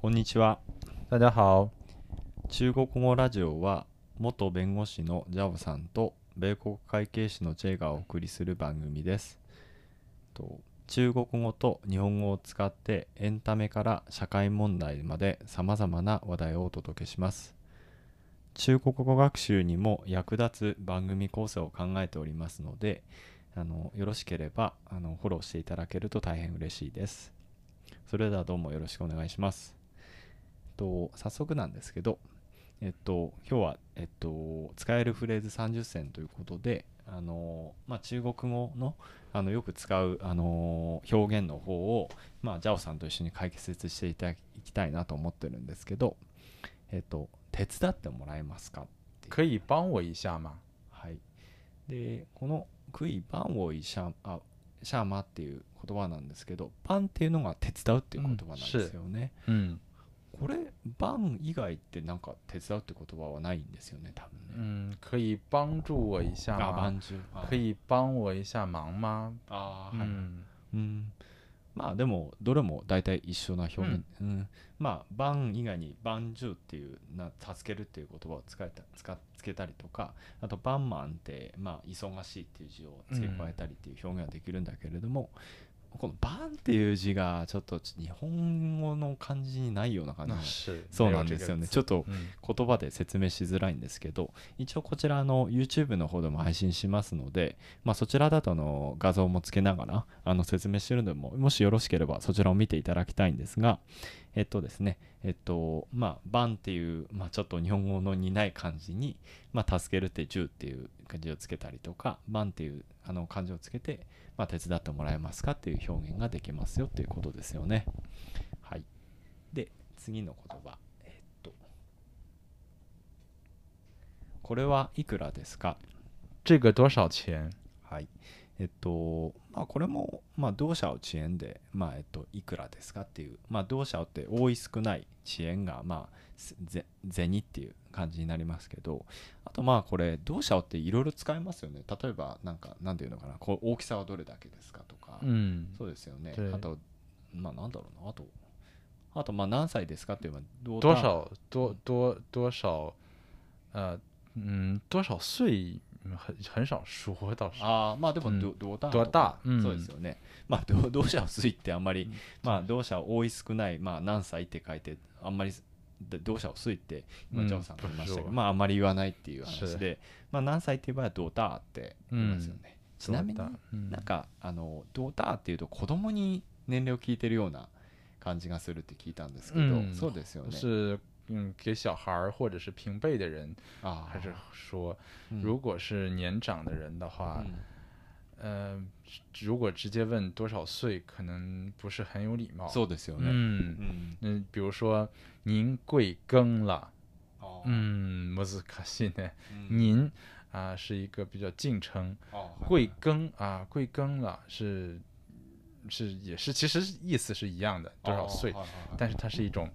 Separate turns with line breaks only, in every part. こんにちは。
大家好，
中国語ラジオは元弁護士のジャオさんと米国会計士のジェイがお送りする番組です。と中国語と日本語を使ってエンタメから社会問題までさまざまな話題をお届けします。中国語学習にも役立つ番組構成を考えておりますのであのよろしければあのフォローしていただけると大変嬉しいです。それではどうもよろしくお願いします。と早速なんですけど、えっと、今日は、えっと、使えるフレーズ30選ということで、あのまあ、中国語のあのよく使う、あの表現の方を、まあ、ジャオさんと一緒に解説していただきいきたいなと思ってるんですけど、えっと、手伝ってもらえますか
可以帮我一下吗？
はい、でこの「クイバンをイシャあシャーマ」っていう言葉なんですけど「バン」っていうのが手伝うっていう言葉なんですよね。
嗯
これ「バン」以外ってなんか手伝うって言葉はないんですよね多分ね。
嗯，可以帮助我一下
あ、バ
吗？
ンジュあ
可以帮我一下忙吗？
あーはい、
嗯
うん、まあでもどれも大体一緒な表現、うんまあ「バン」以外に「バンジュ」っていうな助けるっていう言葉を使えた使っつけたりとかあと「バンマン」って、まあ、忙しいっていう字を付け加えたりっていう表現ができるんだけれども、この「バン」っていう字がちょっと日本語の漢字にないような感じ
那
が
是
そう
没
な
有
ん
这
ですよ
个
ね
字
ちょっと
嗯
言葉で説明しづらいんですけど一応こちらあの YouTube の方でも配信しますので、まあ、そちらだとあの画像もつけながらあの説明してるのでももしよろしければそちらを見ていただきたいんですがえっとですねえっとまあ「バン」っていう、まあ、ちょっと日本語のにない漢字に「まあ、助ける」って「10」っていう漢字をつけたりとか「バン」っていうあの漢字をつけて、まあ、手伝ってもらえますかっていう表現ができますよっていうことですよね。はい、で次の言葉えっとこれはいくらですか
这个多少钱？
はい。えっと、まあ、これも、まあ、同社を遅延で、まあ、えっと、いくらですかっていう、まあ、同社って多い少ない遅延が、まあ、ぜ銭っていう感じになりますけど、あと、まあ、これ、同社っていろいろ使えますよね。例えば、なんか、なんていうのかな、こう大きさはどれだけですかとか、
嗯，
そうですよね
で。
あと、まあ、なんだろうな、あと、あと、まあ、何歳ですかっていうのは、どう
多少多多多少？呃嗯，多少岁？嗯很很少说倒是。
ああまあで
う
も
ん
ど、どうだ
どうだうん
そうですよね。まあ ど同社薄いってあんまり、まあ同社多い少ない、まあ何歳って書いて、あんまりで同社薄いって、今、
うん
ジャオさんが言いましたけ
そ
ど、
う
まああんまり言わないっていう
そ
話
う
で、まあ何歳って言えばどうだって言いますよね。ちなみに、
多大嗯
なんか、あの、どうだっていうと子供に年齢を聞いてるような感じがするって聞いたんですけど、
うん
そうですよね。
是嗯给小孩儿或者是平辈的人，
あー
还是说
うん
如果是年长的人的话
う，ん
呃，如果直接问多少岁，可能不是很有礼貌。
そうですよね。
嗯，
ん。
那比如说您贵庚了？
あー
嗯，莫斯卡西呢？
うん
您啊是一个比较敬称，
あーはい
贵庚啊，贵庚了是是也是其实意思是一样的，多少岁
あー？はいはいはい
但是它是一种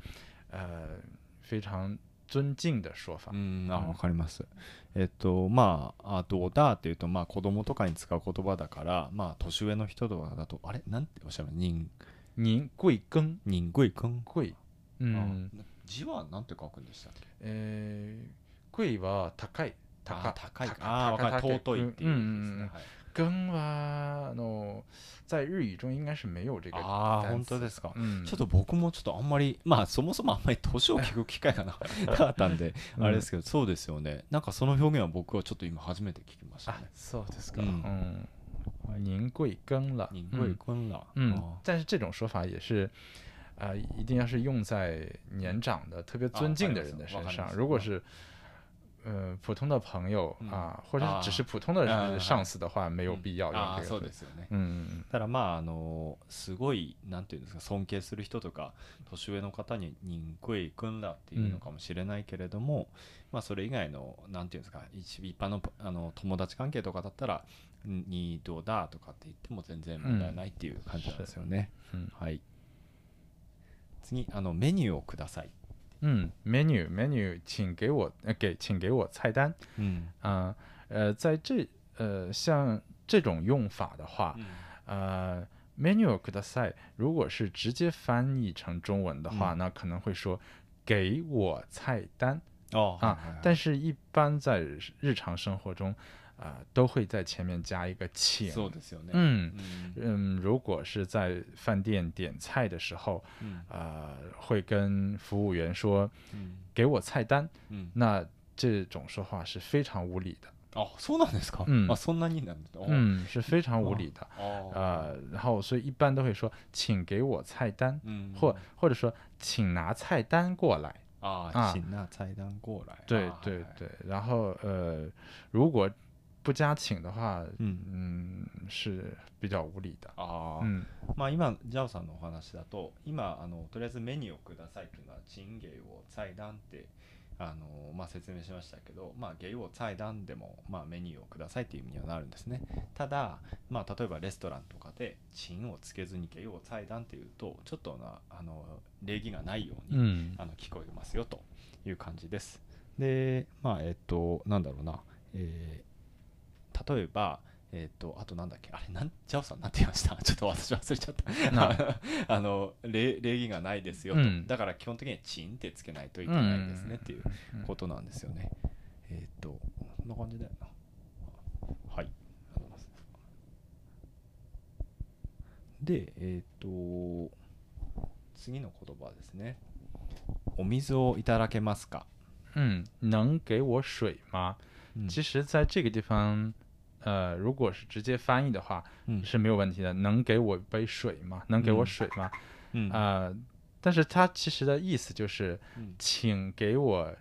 呃非常尊敬的说法
う。ん、あ、
うん
わかります。えっと、まあ、あと、だっていうと、まあ、子供とかに使う言葉だから、まあ、年上の人とかだと、あれなんておっしゃる人、
您贵庚？
人贵君。
贵，嗯，
あ字はなんて書くんでしたっけ
えー贵は高い高
あ高いか。
高
ああ、わかる。
高い
尊いっていううん意味です
うんうん
ね。
うん
はい
更はあの在日语中应该是没有这个
ああ、
单
本
词
当ですか。
嗯
ちょっと僕もちょっとあんまりまあそもそもあんまり年を聞く機会がななかったんであれですけどそうですよねなんかその表現は僕はちょっと今初めて聞きました
啊
ね。
そうですか
うん
嗯您贵庚了
人贵哦君ら。
嗯
あ
嗯但是这种说法也是啊、呃一定要是用在年长的特别尊敬的人的身
啊
上
我
如果
看
是呃普通的朋友
嗯
啊或者是只是
啊
普通的
嗯啊
人上司的话没
ー
有必要
うんあー
用这
そ
个
う
会
ですよね。
嗯嗯
ただまああのすごいなんていうんですか尊敬する人とか年上の方に「人くいくんだ」っていうのかもしれないけれども、まあそれ以外のなんていうんですか一一般のあの友達関係とかだったら「にどうだ」とかって言っても全然問題ないっていう感じなんですよね。
嗯
はい次あのメニューをください。
嗯嗯 menu menu 请给我呃给请给我菜单
うん
啊、呃
嗯
呃，在这呃像这种用法的话，
うん
呃， menu ください。如果是直接翻译成中文的话，
嗯
那可能会说给我菜单
哦
啊。但是，一般在日日常生活中，啊、都会在前面加一个请。
そうですよね。
嗯
うん
嗯，如果是在饭店点菜的时候，
うん
啊，会跟服务员说
うん
给我菜单，
うん
那这种说话是非常无理的。
あ、そうなんですか
う。ん
あ、そんなになんだ。お
嗯，是非常无理的。
あ
呃，然后所以一般都会说，请给我菜单，
うん
或或者说请拿菜单过来。
あ
啊
请那菜单过来。
对
啊
对，对，然后呃，如果不加请的话，
うん。
嗯，是比较无理的。
ああ。
嗯
まあ今ジャオさんのお話だと今あのとりあえずメニューをくださいっていうのは「チンゲイを菜段」ってあの、まあ、説明しましたけど「まあ、ゲイを菜段」でも、まあ、メニューをくださいっていう意味にはなるんですねただ、まあ、例えばレストランとかで「チン」をつけずに「ゲイを菜段」っていうとちょっとなあの礼儀がないように
嗯
あの聞こえますよという感じです。で、まあ、えっと、なんだろうな、えー例えば、えっと、あとなんだっけ、あれ、なんジャオさん、なんて言いました ちょっと私忘れちゃった。 あの礼、礼儀がないですよと。
うん
だから基本的にはチンってつけないといけないですねっていう
嗯
ことなんですよね。えっと、こんな感じだよな。はい。ありがとうございますで、えっ、と、次の言葉ですね。お水をいただけますか。
嗯，能给我水吗？
嗯
其实，在这个地方，呃，如果是直接翻译的话
嗯
是没有问题的。能给我一杯水吗？能给我
嗯
水吗？
うん
呃，但是它其实的意思就是，
うん
请给我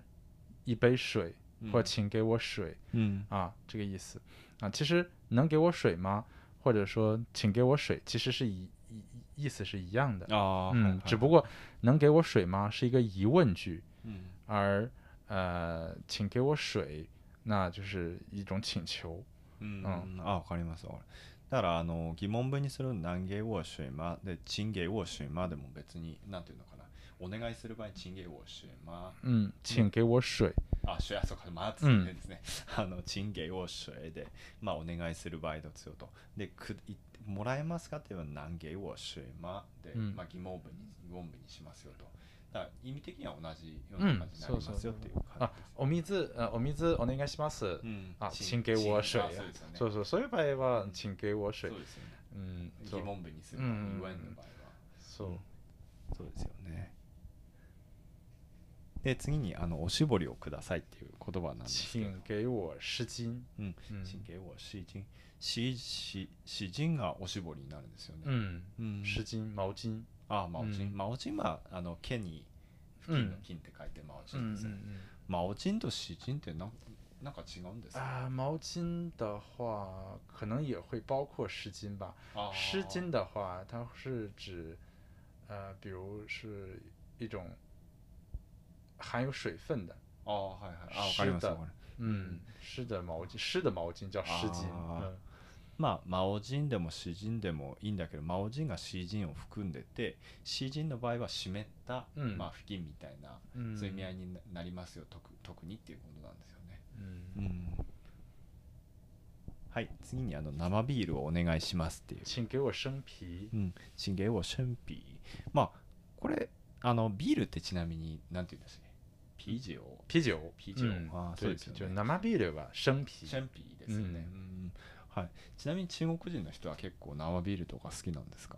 一杯水，或
うん
请给我水
うん
啊，这个意思啊。其实能给我水吗？或者说请给我水，其实是一一意思是一样的。
ああ、はいはい
嗯，只不过能给我水吗是一个疑问句，
うん
而呃，请给我水，那就是一种请求。
うん、あ、わかります。わかるだから、あの、疑問文にするの、何ゲをしゅいま、で、チンゲをしゅいまでも別に、なんていうのかな。お願いする場合、チンゲをしゅいま、
嗯，请给我水。
あ、しゅや、そうか、まず
うん
ですね。 あの、チンゲをしゅいで、まあ、お願いする場合どつよと。で、く、いもらえますかっていうのは、何ゲをしゅいま、で、
うん
まあ、疑問文に、疑問文にしますよと。だから、意味的には同じような感じになりますよっていう感
あ、啊お水、あお水お願いしま
じ。。
す
うん
あ、
チン
嗯请给我水
チンあそうですよ。ね
そうそう、そういう場合は
う、ん
请给我
そ
水
う。ですよね。
うん、そ
疑
う、
問文にする
う
言
ん
わんの場合は
そう。
そうですよねで次にあの「おしぼりをください」っていう言葉なんですけど
请给我湿巾。嗯
うん「
うん
神経を詩人」詩詩詩人がおしぼりになるんですよね、
うん。
うん
嗯湿巾、毛巾。
ああ毛
う
巾
ん
毛巾はあの毛に金の金って書いて毛
うん
巾
う
ですよね、
ん
毛巾と詩人ってなんなんか違うんです
うん。
か
啊，毛巾的话，可能也会包括湿巾吧。
あー
湿巾的话，它是指，呃，比如是一种含有水分的，
ああはいはいあわかります
湿的
わかります
嗯，湿的毛巾，湿的毛巾叫湿巾，
啊
嗯
まあ、魔王人でも詩人でもいいんだけど魔王人が詩人を含んでて詩人の場合は湿った、
うん
まあ、布巾みたいな
嗯
そういう意味合いになりますよ特特にっていうことなんですよね。
嗯，
はい次にあの生ビールをお願いしますっていう。
请给我生啤
う。ん、チンゲオシェンピー。まあこれあのビールってちなみに何て言うんですかねピージオ
啤酒，
啤酒
嗯
啊
对，
そうですよね
就生ビール吧，生啤
シ。ェンピーですよね。
う
うんはい、ちなみに中国人の人は結構生ビールとか好きなんですか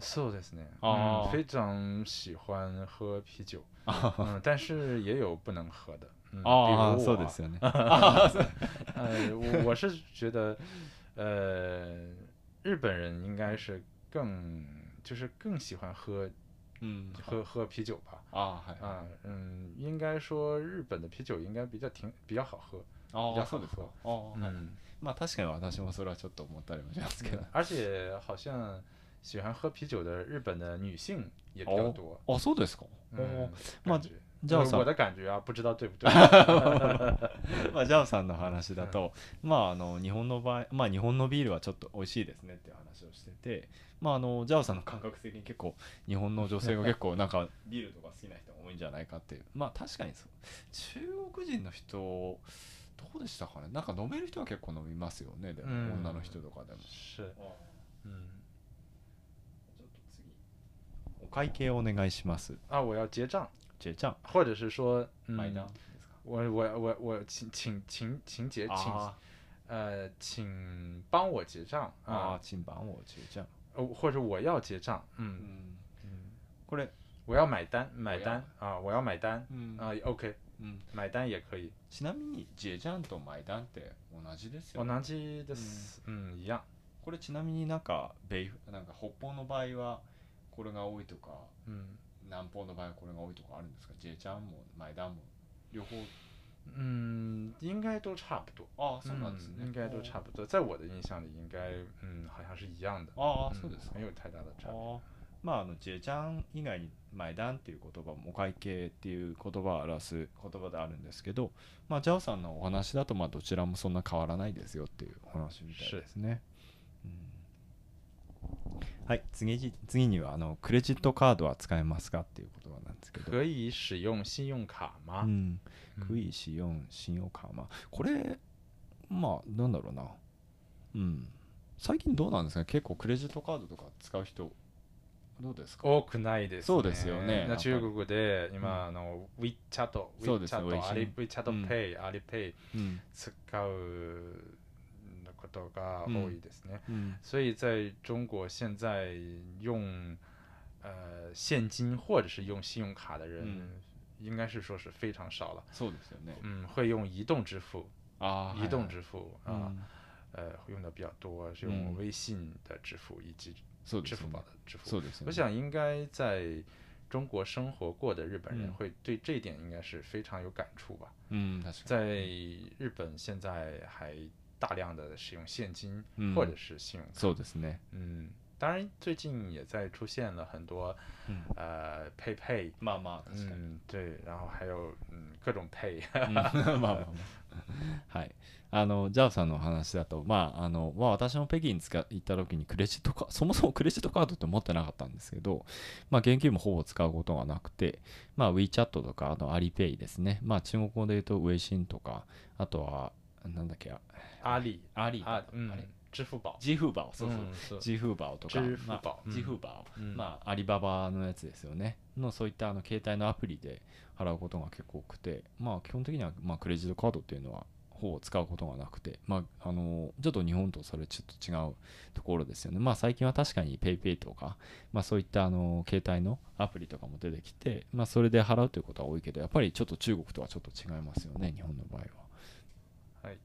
そうですね，
啊
嗯非常喜欢喝啤酒，
あ
嗯，但是也有不能喝的，嗯，
あ
比
ー
如
そう
我
ですよね。
呃，我我是觉得，呃，日本人应该是更就是更喜欢喝
うん
喝喝啤酒吧。
ああはい
啊，嗯，应该说日本的啤酒应该比较挺比较好喝，
あ
比
あ
較
そうですか
好
ああ、はい
嗯，
まあ確かに私もそれはちょっと思ったりもしますけど、
而且好像喜欢喝啤酒的日本的女性也比较
哦
多，
あそうですか
嗯，
まあ
感觉
ジャオ
我
さ
我
ん
的感觉啊，不知道对 不对，
まあジャオさんの話だと、まああの日本の場合まあ日本のビールはちょっと美味しいですねっていう話をしててまああのジャオさんの感覚的に結構日本の女性が結構なんかビールとか好きな人が多いんじゃないかっていうまあ確かにそう中国人の人どうでしたかねなんか飲める人は結構飲みますよねでも
うん
女の人とかでも。
是，嗯，
お会計お願いします。
啊，我要结账，
结账。
或者是说，
买单
嗯，我我我我请请请请结请
啊
呃，请帮我结账
啊
啊，，
请帮我结账。
呃或者我要结账，嗯，
嗯嗯，これ
我要买单买
我要嗯
单啊，我要买单
うん
啊，OK，
うん
买单也可以，
ちなみにジェジャンとマイダンって同じですよ
我
ね。
拿鸡的死，嗯，一样，
これちなみになんか米なんか北方の場合はこれが多いとか
嗯
南方の場合はこれが多いとかあるんですか。ジェジャンもマイダンも両方。
嗯，应该都差不多。
ああそうなんです
嗯，
ね。
应该都差不多，在我的印象里，应该嗯，好像是一样的。
ああ
嗯
そうですか。
没有太大的差别。
あーまああのジェジャン以外に前段っていう言葉もお会計っていう言葉を表す言葉であるんですけど、まあ、ジャオさんのお話だとまあどちらもそんな変わらないですよっていうお話みたいですね。うんはい次じ次にはあのクレジットカードは使えますかっていう言葉なんですけど。
可以使用信用卡
う
吗？
ん、
嗯
クイシヨン信用カーマこれまあなんだろうなうん最近どうなんですか結構クレジットカードとか使う人どうですか
多くないですね。
そうですよね
な中国で今あの WeChat、
そうですね
WeChat、アリ WeChat
うん
Pay、アリ Pay
うん
使うことが多いですね。
うん
所以在中国现在用呃现金或者是用信用卡的人
嗯，
应该是说是非常少了。
そうですよね
嗯，会用移动支付，
あ
移
は
动
い
支付
はいう，
啊
ん
呃，会用的比较多，是
嗯
用微信的支付以及
そうで
支
す
付
よ
宝
ね
的支付。
そうですよ
我
ね
想应该在中国生活过的日本人
嗯
会对这一点应该是非常有感触吧。
うん確かに
在日本现在还大量的使用现金
嗯
或者是信用卡，
そうですね
嗯，当然最近也在出现了很多
うん
呃 PayPay。配
まあまあ確かに
嗯，对，然后还有嗯各种 pay，
うん まあまあまあはいあのジャオさんのお話だとまああの、まあ、私も北京に使行った時にクレジットカ そもそもクレジットカードって持ってなかったんですけど、まあ、現金もほぼ使うことがなくて、まあ、WeChat とかあのアリペイですね、まあ、中国語で言うと微信とかあとはなんだっけあ
阿里
アリ
啊
だ，
嗯
あれ，
支付宝，
ジフーバオそうそう、
嗯，是
ジフーバオとか
ジフーバオ
ま
う
あ、
ん
ジフーバオ
嗯
まあ、アリババのやつですよね。のそういったあの携帯のアプリで払うことが結構多くて、まあ、基本的にはまあクレジットカードっていうのはほぼ使うことがなくて、まあ、あのちょっと日本とそれちょっと違うところですよね。まあ、最近は確かに PayPay とか、まあ、そういったあの携帯のアプリとかも出てきて、まあ、それで払うということは多いけど、やっぱりちょっと中国とはちょっと違いますよね、日本の場合は。
はい。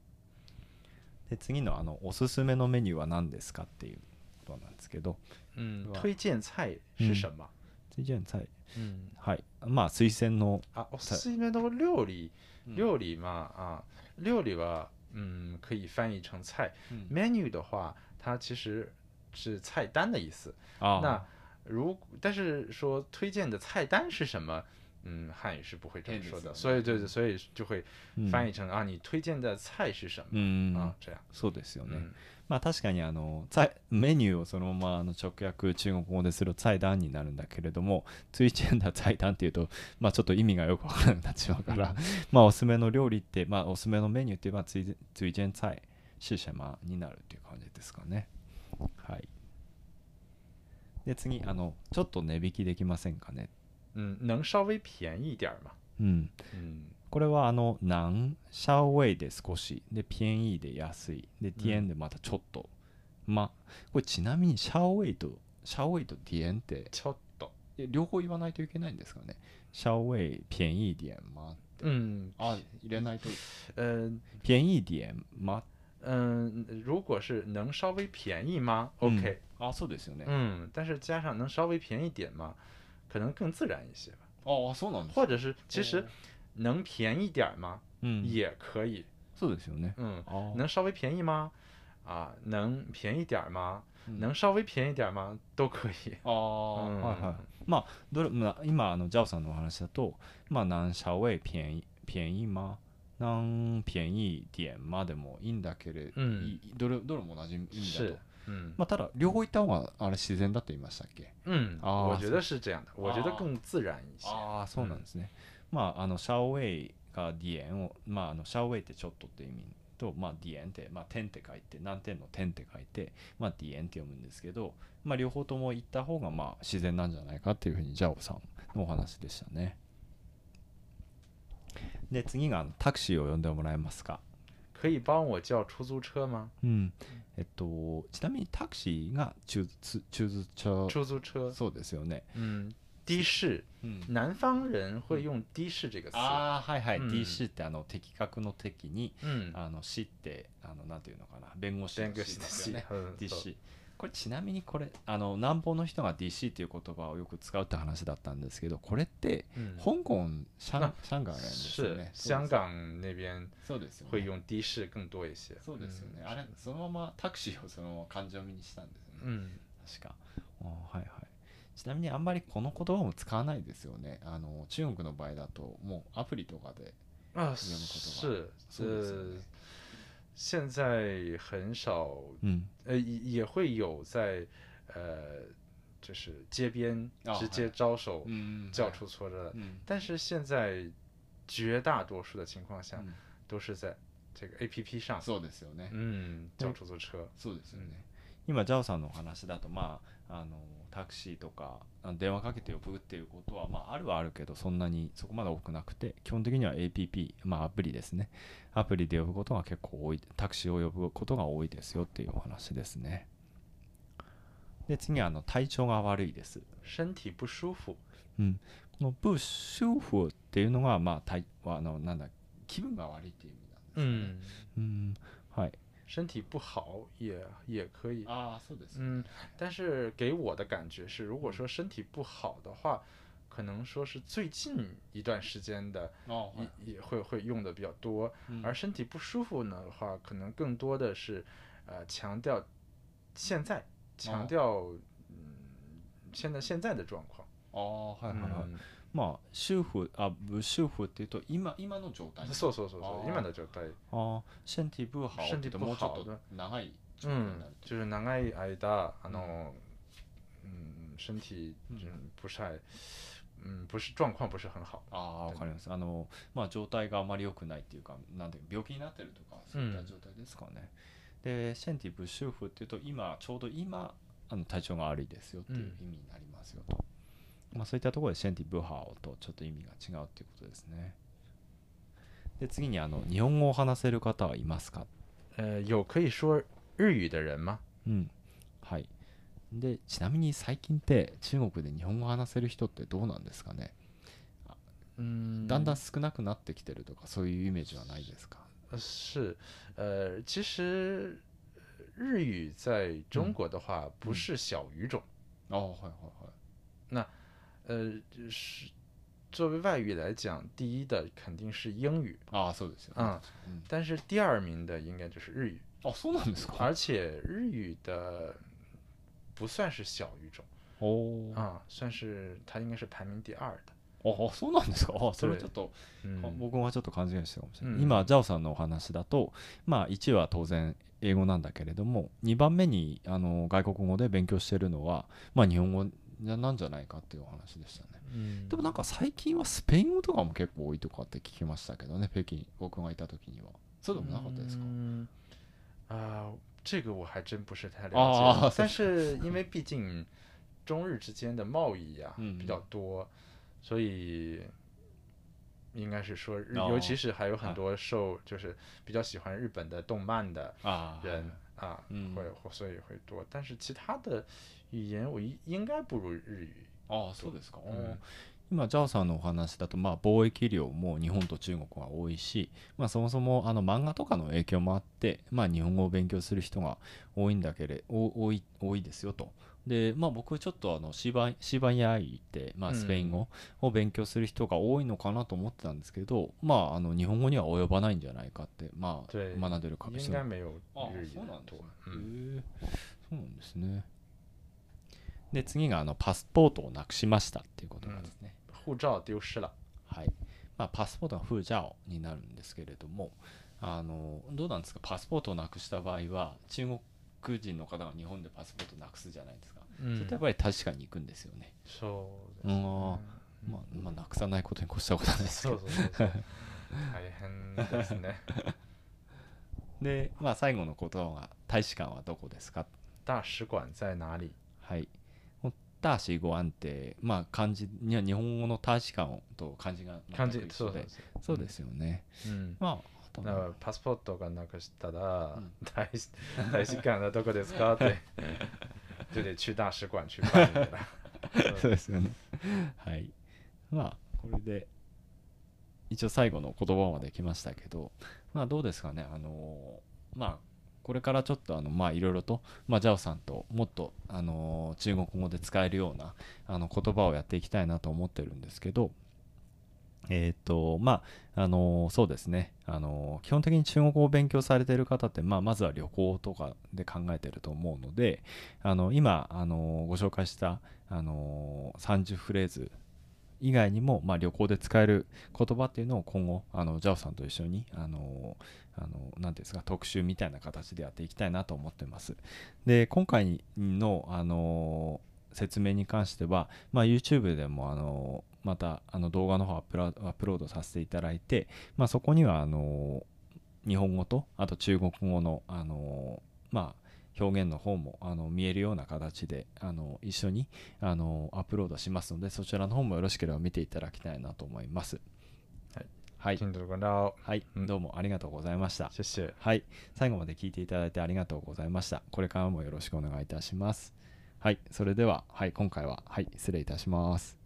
で次のあのおすすめのメニューは何ですかっていうことなんですけど、
嗯，
吧
推荐菜是什么？
推薦菜
嗯
はい。まあ、推薦の。
啊，お
菜
すすめの料理，
料
料理嘛啊，料理吧，嗯，可以翻译成菜。
理
menu 的话，它其实是菜单的意思。
あ
那如但是说推荐的菜单是什么？嗯，汉语是不会这么
这
说
意思嗯
的，
啊
所以对对，所以就会
うん
翻译成啊，你推荐的菜是什
う
么
ん
啊？。这样，
そうですよね。
嗯
まあ確かにあの菜メニューをそのままあの直訳中国語でする菜単になるんだけれどもついちゃんだ菜単っていうとまあちょっと意味がよくわからなくなってしまうからまあおすすめの料理ってまあおすすめのメニューってまあついついちゃん菜シシャマになるっていう感じですかねはいで次あのちょっと値引きできませんかね
嗯，能稍微便宜点儿嘛？
うん
嗯
これはあの、なん、シャウェイで少し、で、ピエンイで安い、で、ディエンでまたちょっと。ま、これちなみにシャウェイと、シャウェイとディエンって、
ちょっと，
え両方言わないといけないんですかね。シャウェイ、ピエンイ、ディエン、ま。
嗯
あ、入れないと。
呃
ピエンイ、ディエン、ま。
嗯，如果是能稍微便宜吗
嗯
？OK，
あ、そうですよね。
嗯，但是加上能稍微便宜点吗？可能更自然一些吧。
ああ、そうなんです。
或者是其实能便宜点吗？
うん。
也可以，
そうですよね。
嗯，
ああ。
能稍微便宜吗？啊，能便宜点吗？
うん
能稍微便宜点吗？都可以。
ああ、
嗯
はいはい。まあ、どれまあ今、あのジャオさんのお話だと、まあ、何社ウェイ、便宜、便宜吗何便宜点までもいいんだけれど、
うん
いどれどれも同じ意味だ
嗯是
と。，
嗯
まあ、ただ、両方言った方があれ自然だって言いましたっけ
嗯，
啊
我觉得是这哦样的，我觉得
啊
更自然一些。
ああ、そうなんですね。まあ、あの、シャウェイがディエンを、まあ、あのシャウェイってちょっとって意味と、まあ、ディエンって、まあ、点って書いて何点の点って書いて、まあ、ディエンって読むんですけど、まあ、両方とも言った方がまあ自然なんじゃないかっていうふうにジャオさんのお話でしたね。で次があのタクシーを呼んでもらえますか。
可以帮我叫出租车吗？
うん、えっとちなみにタクシーが中途中途
出租车
車。そうですよね。
嗯，的士，
うん
南方人会用的士这个词。
ああはいはい、
うん
DC ってあの的確の敵に
嗯，
あの死ってあのなんていうのかな弁護士の
弁護士
士
的
です
士
よね。
嗯
DC これちなみにこれあの南方の人が DC っていう言葉をよく使うって話だったんですけどこれって
嗯，
香港上
あ
上海ですよ
是
ね
香港那边
そうですよ
会
ね
用的士更多一些。
そうですよね
嗯
あれそのままタクシーをそのまま漢字読みにしたんですよね
嗯，
確かあーはいはいちなみにあんまりこの言葉も使わないですよねあの中国の場合だともうアプリとかで有没有
啊，
口头
是，
そうですよ
呃
ね，
现在很少，
うん
呃，也也会有在，呃，就是街边
哦
直接
嗨
招手
うん
叫出租车的，
うん
但是现在绝大多数的情况下
うん
都是在这个 A P P 上，
そうですよね、
嗯，叫
对
出租车，
そうですよね、今ジャオさんのお話だとまああのタクシーとかあの電話かけて呼ぶっていうことは、まあ、あるはあるけどそんなにそこまで多くなくて基本的には APP、まあ、アプリですねアプリで呼ぶことが結構多いタクシーを呼ぶことが多いですよっていうお話ですねで次はあの体調が悪いです
身体不舒服，
このブッシュフっていうのがまあ体あのなんだ気分が悪いっていう意味なんですよね
嗯，
うんはい
身体不好也也可以，
ああそうです
嗯，但是给我的感觉是，如果说身体不好的话，可能说是最近一段时间的
あーはい
也也会会用的比较多，
うん
而身体不舒服呢的话，可能更多的是呃强调现在，强
哦
调嗯现在现在的状况，
ああはいはいはい、
嗯，
まあ、修復、あ、不修復っていうと、今、今の状態。
そうそうそう
哦
そう今の状態，
ああ、身体不好って言うともうちょっ
身体不好
と長い状態に
嗯
なる，と。
就是長い間あの啊嗯身体
嗯
嗯不是太嗯不是状况不是很好，
ああ、わかります。あの、まあ、状態があまり良くないっていうか、なんていうか病気になってるとか、そういった状態ですかね。で、身体不修復っていうと、今、ちょうど今、あの体調が悪いですよっていう意味になりますよと。まあ、そういったところで、身体不好とちょっと意味が違うっていうことですね。で、次に、あの、日本語を話せる方はいますか
呃有可以说日语的人吗？
うん、はい。で、ちなみに最近って中国で日本語話せる人ってどうなんですかね
嗯，
だんだん少なくなってきてるとかそういうイメージはないですか
呃是，呃，其实日语在中
嗯
国的话不
嗯
是小语种，
ああ、はいはい
呃，就是作为外语来讲，第一的肯定是英语，
はい。ああ、そうですよ、ね。う
嗯，
ん
但是第二名的应该就是日语，
あ、そうなんですか
而且日语的不算是小语种
おおー。
啊、算是它应该是排名第二的，
ああ、そうなんですかあそれちょっと、あ
嗯，
僕はちょっと勘違いしてたかもしれない。
うん
今、ジャオさんのお話だと、まあ、1は当然英語なんだけれども、2番目にあの外国語で勉強してるのは、まあ、日本語なんじゃないかっていうお話でしたね。
嗯
でもなんか最近はスペイン語とかも結構多いとかって聞きましたけどね、北京、僕がいた時には。そうでもなかったですか、
嗯，啊、这个我还真不是太了解，
哦
但 是因为毕竟中日之间的贸易呀、
嗯
比较多，所以应该是说日，
哦
尤其是还有很
啊
多受就是比较喜欢日本的动漫的
ああ
人啊，
嗯
会会所以会多，但是其他的语言我应应该不如日语，
ああ、そうですか。
うん
今、ジャオさんのお話だと、まあ、貿易量も日本と中国が多いし、まあ、そもそもあの漫画とかの影響もあって、まあ、日本語を勉強する人が多いんだけれお多い多いですよと。で、まあ、僕ちょっとあのシバシバニアイって、まあ、スペイン語を勉強する人が多いのかなと思ってたんですけど、まあ、あの日本語には及ばないんじゃないかって、まあ、
对
学んでるか
应
人も
该没有
あ
日语
そうな
的
んですね。。
多嗯，
へえそうなんですね。で次があのパスポートをなくしましたっていうことなんですね。
护照丢失了。
はい。まあパスポートはフージャオになるんですけれども、あのどうなんですかパスポートをなくした場合は中国人の方が日本でパスポートなくすじゃないですか。
嗯
それとやっぱり確かに行くんですよね。
そう
う
です
ん
ね。
まあ、まあ、なくさない ことに越したことはないですけ
そ
ど
う。そうそうそう。大変ですね。
で、まあ、最後の言葉は「大使館はどこですか?
大使馆在哪里？”
はい。この大使ご安定、まあ、漢字には日本語の大使館と漢字が
感
全
じ
く一
そ
緒
うそう
で
そ
そうですよね。
う。うん。
まあ、あと
だ
ね
からパスポートがなくしたら、
うん
大 使大使館はどこですか って就得去大使馆去办理 了。
そうですよね。はい。まあ、これで、一応最後の言葉まで来ましたけど、まあ、どうですかね、あのーまあ、これからちょっとあの、まあ、いろいろと、まあ、ジャオさんともっと、あのー中国語で使えるような、あの、言葉をやっていきたいなと思ってるんですけど、えっ、と、まあ、あのーそうですね、あのー基本的に中国語を勉強されてる方って、まあ、まずは旅行とかで考えてると思うので、あの、今、あのーご紹介した、あのー30フレーズ以外にも、まあ、旅行で使える言葉っていうのを今後あのジャオさんと一緒に、あのーあのーなんていうんですか特集みたいな形でやっていきたいなと思ってます。で今回の、あのー説明に関しては、まあ、YouTube でも、あのーまたあの動画の方アップラアップロードさせていただいて、まあ、そこにはあのー日本語とあと中国語の、あのーまあ、表現の方もあの見えるような形であの一緒にあのアップロードしますのでそちらの方もよろしければ見ていただきたいなと思います
はい
はい、
听众观众，
はい
うん
どうもありがとうございました
谢谢。
はい最後まで聞いていただいてありがとうございましたこれからもよろしくお願いいたしますはいそれでははい今回ははい失礼いたします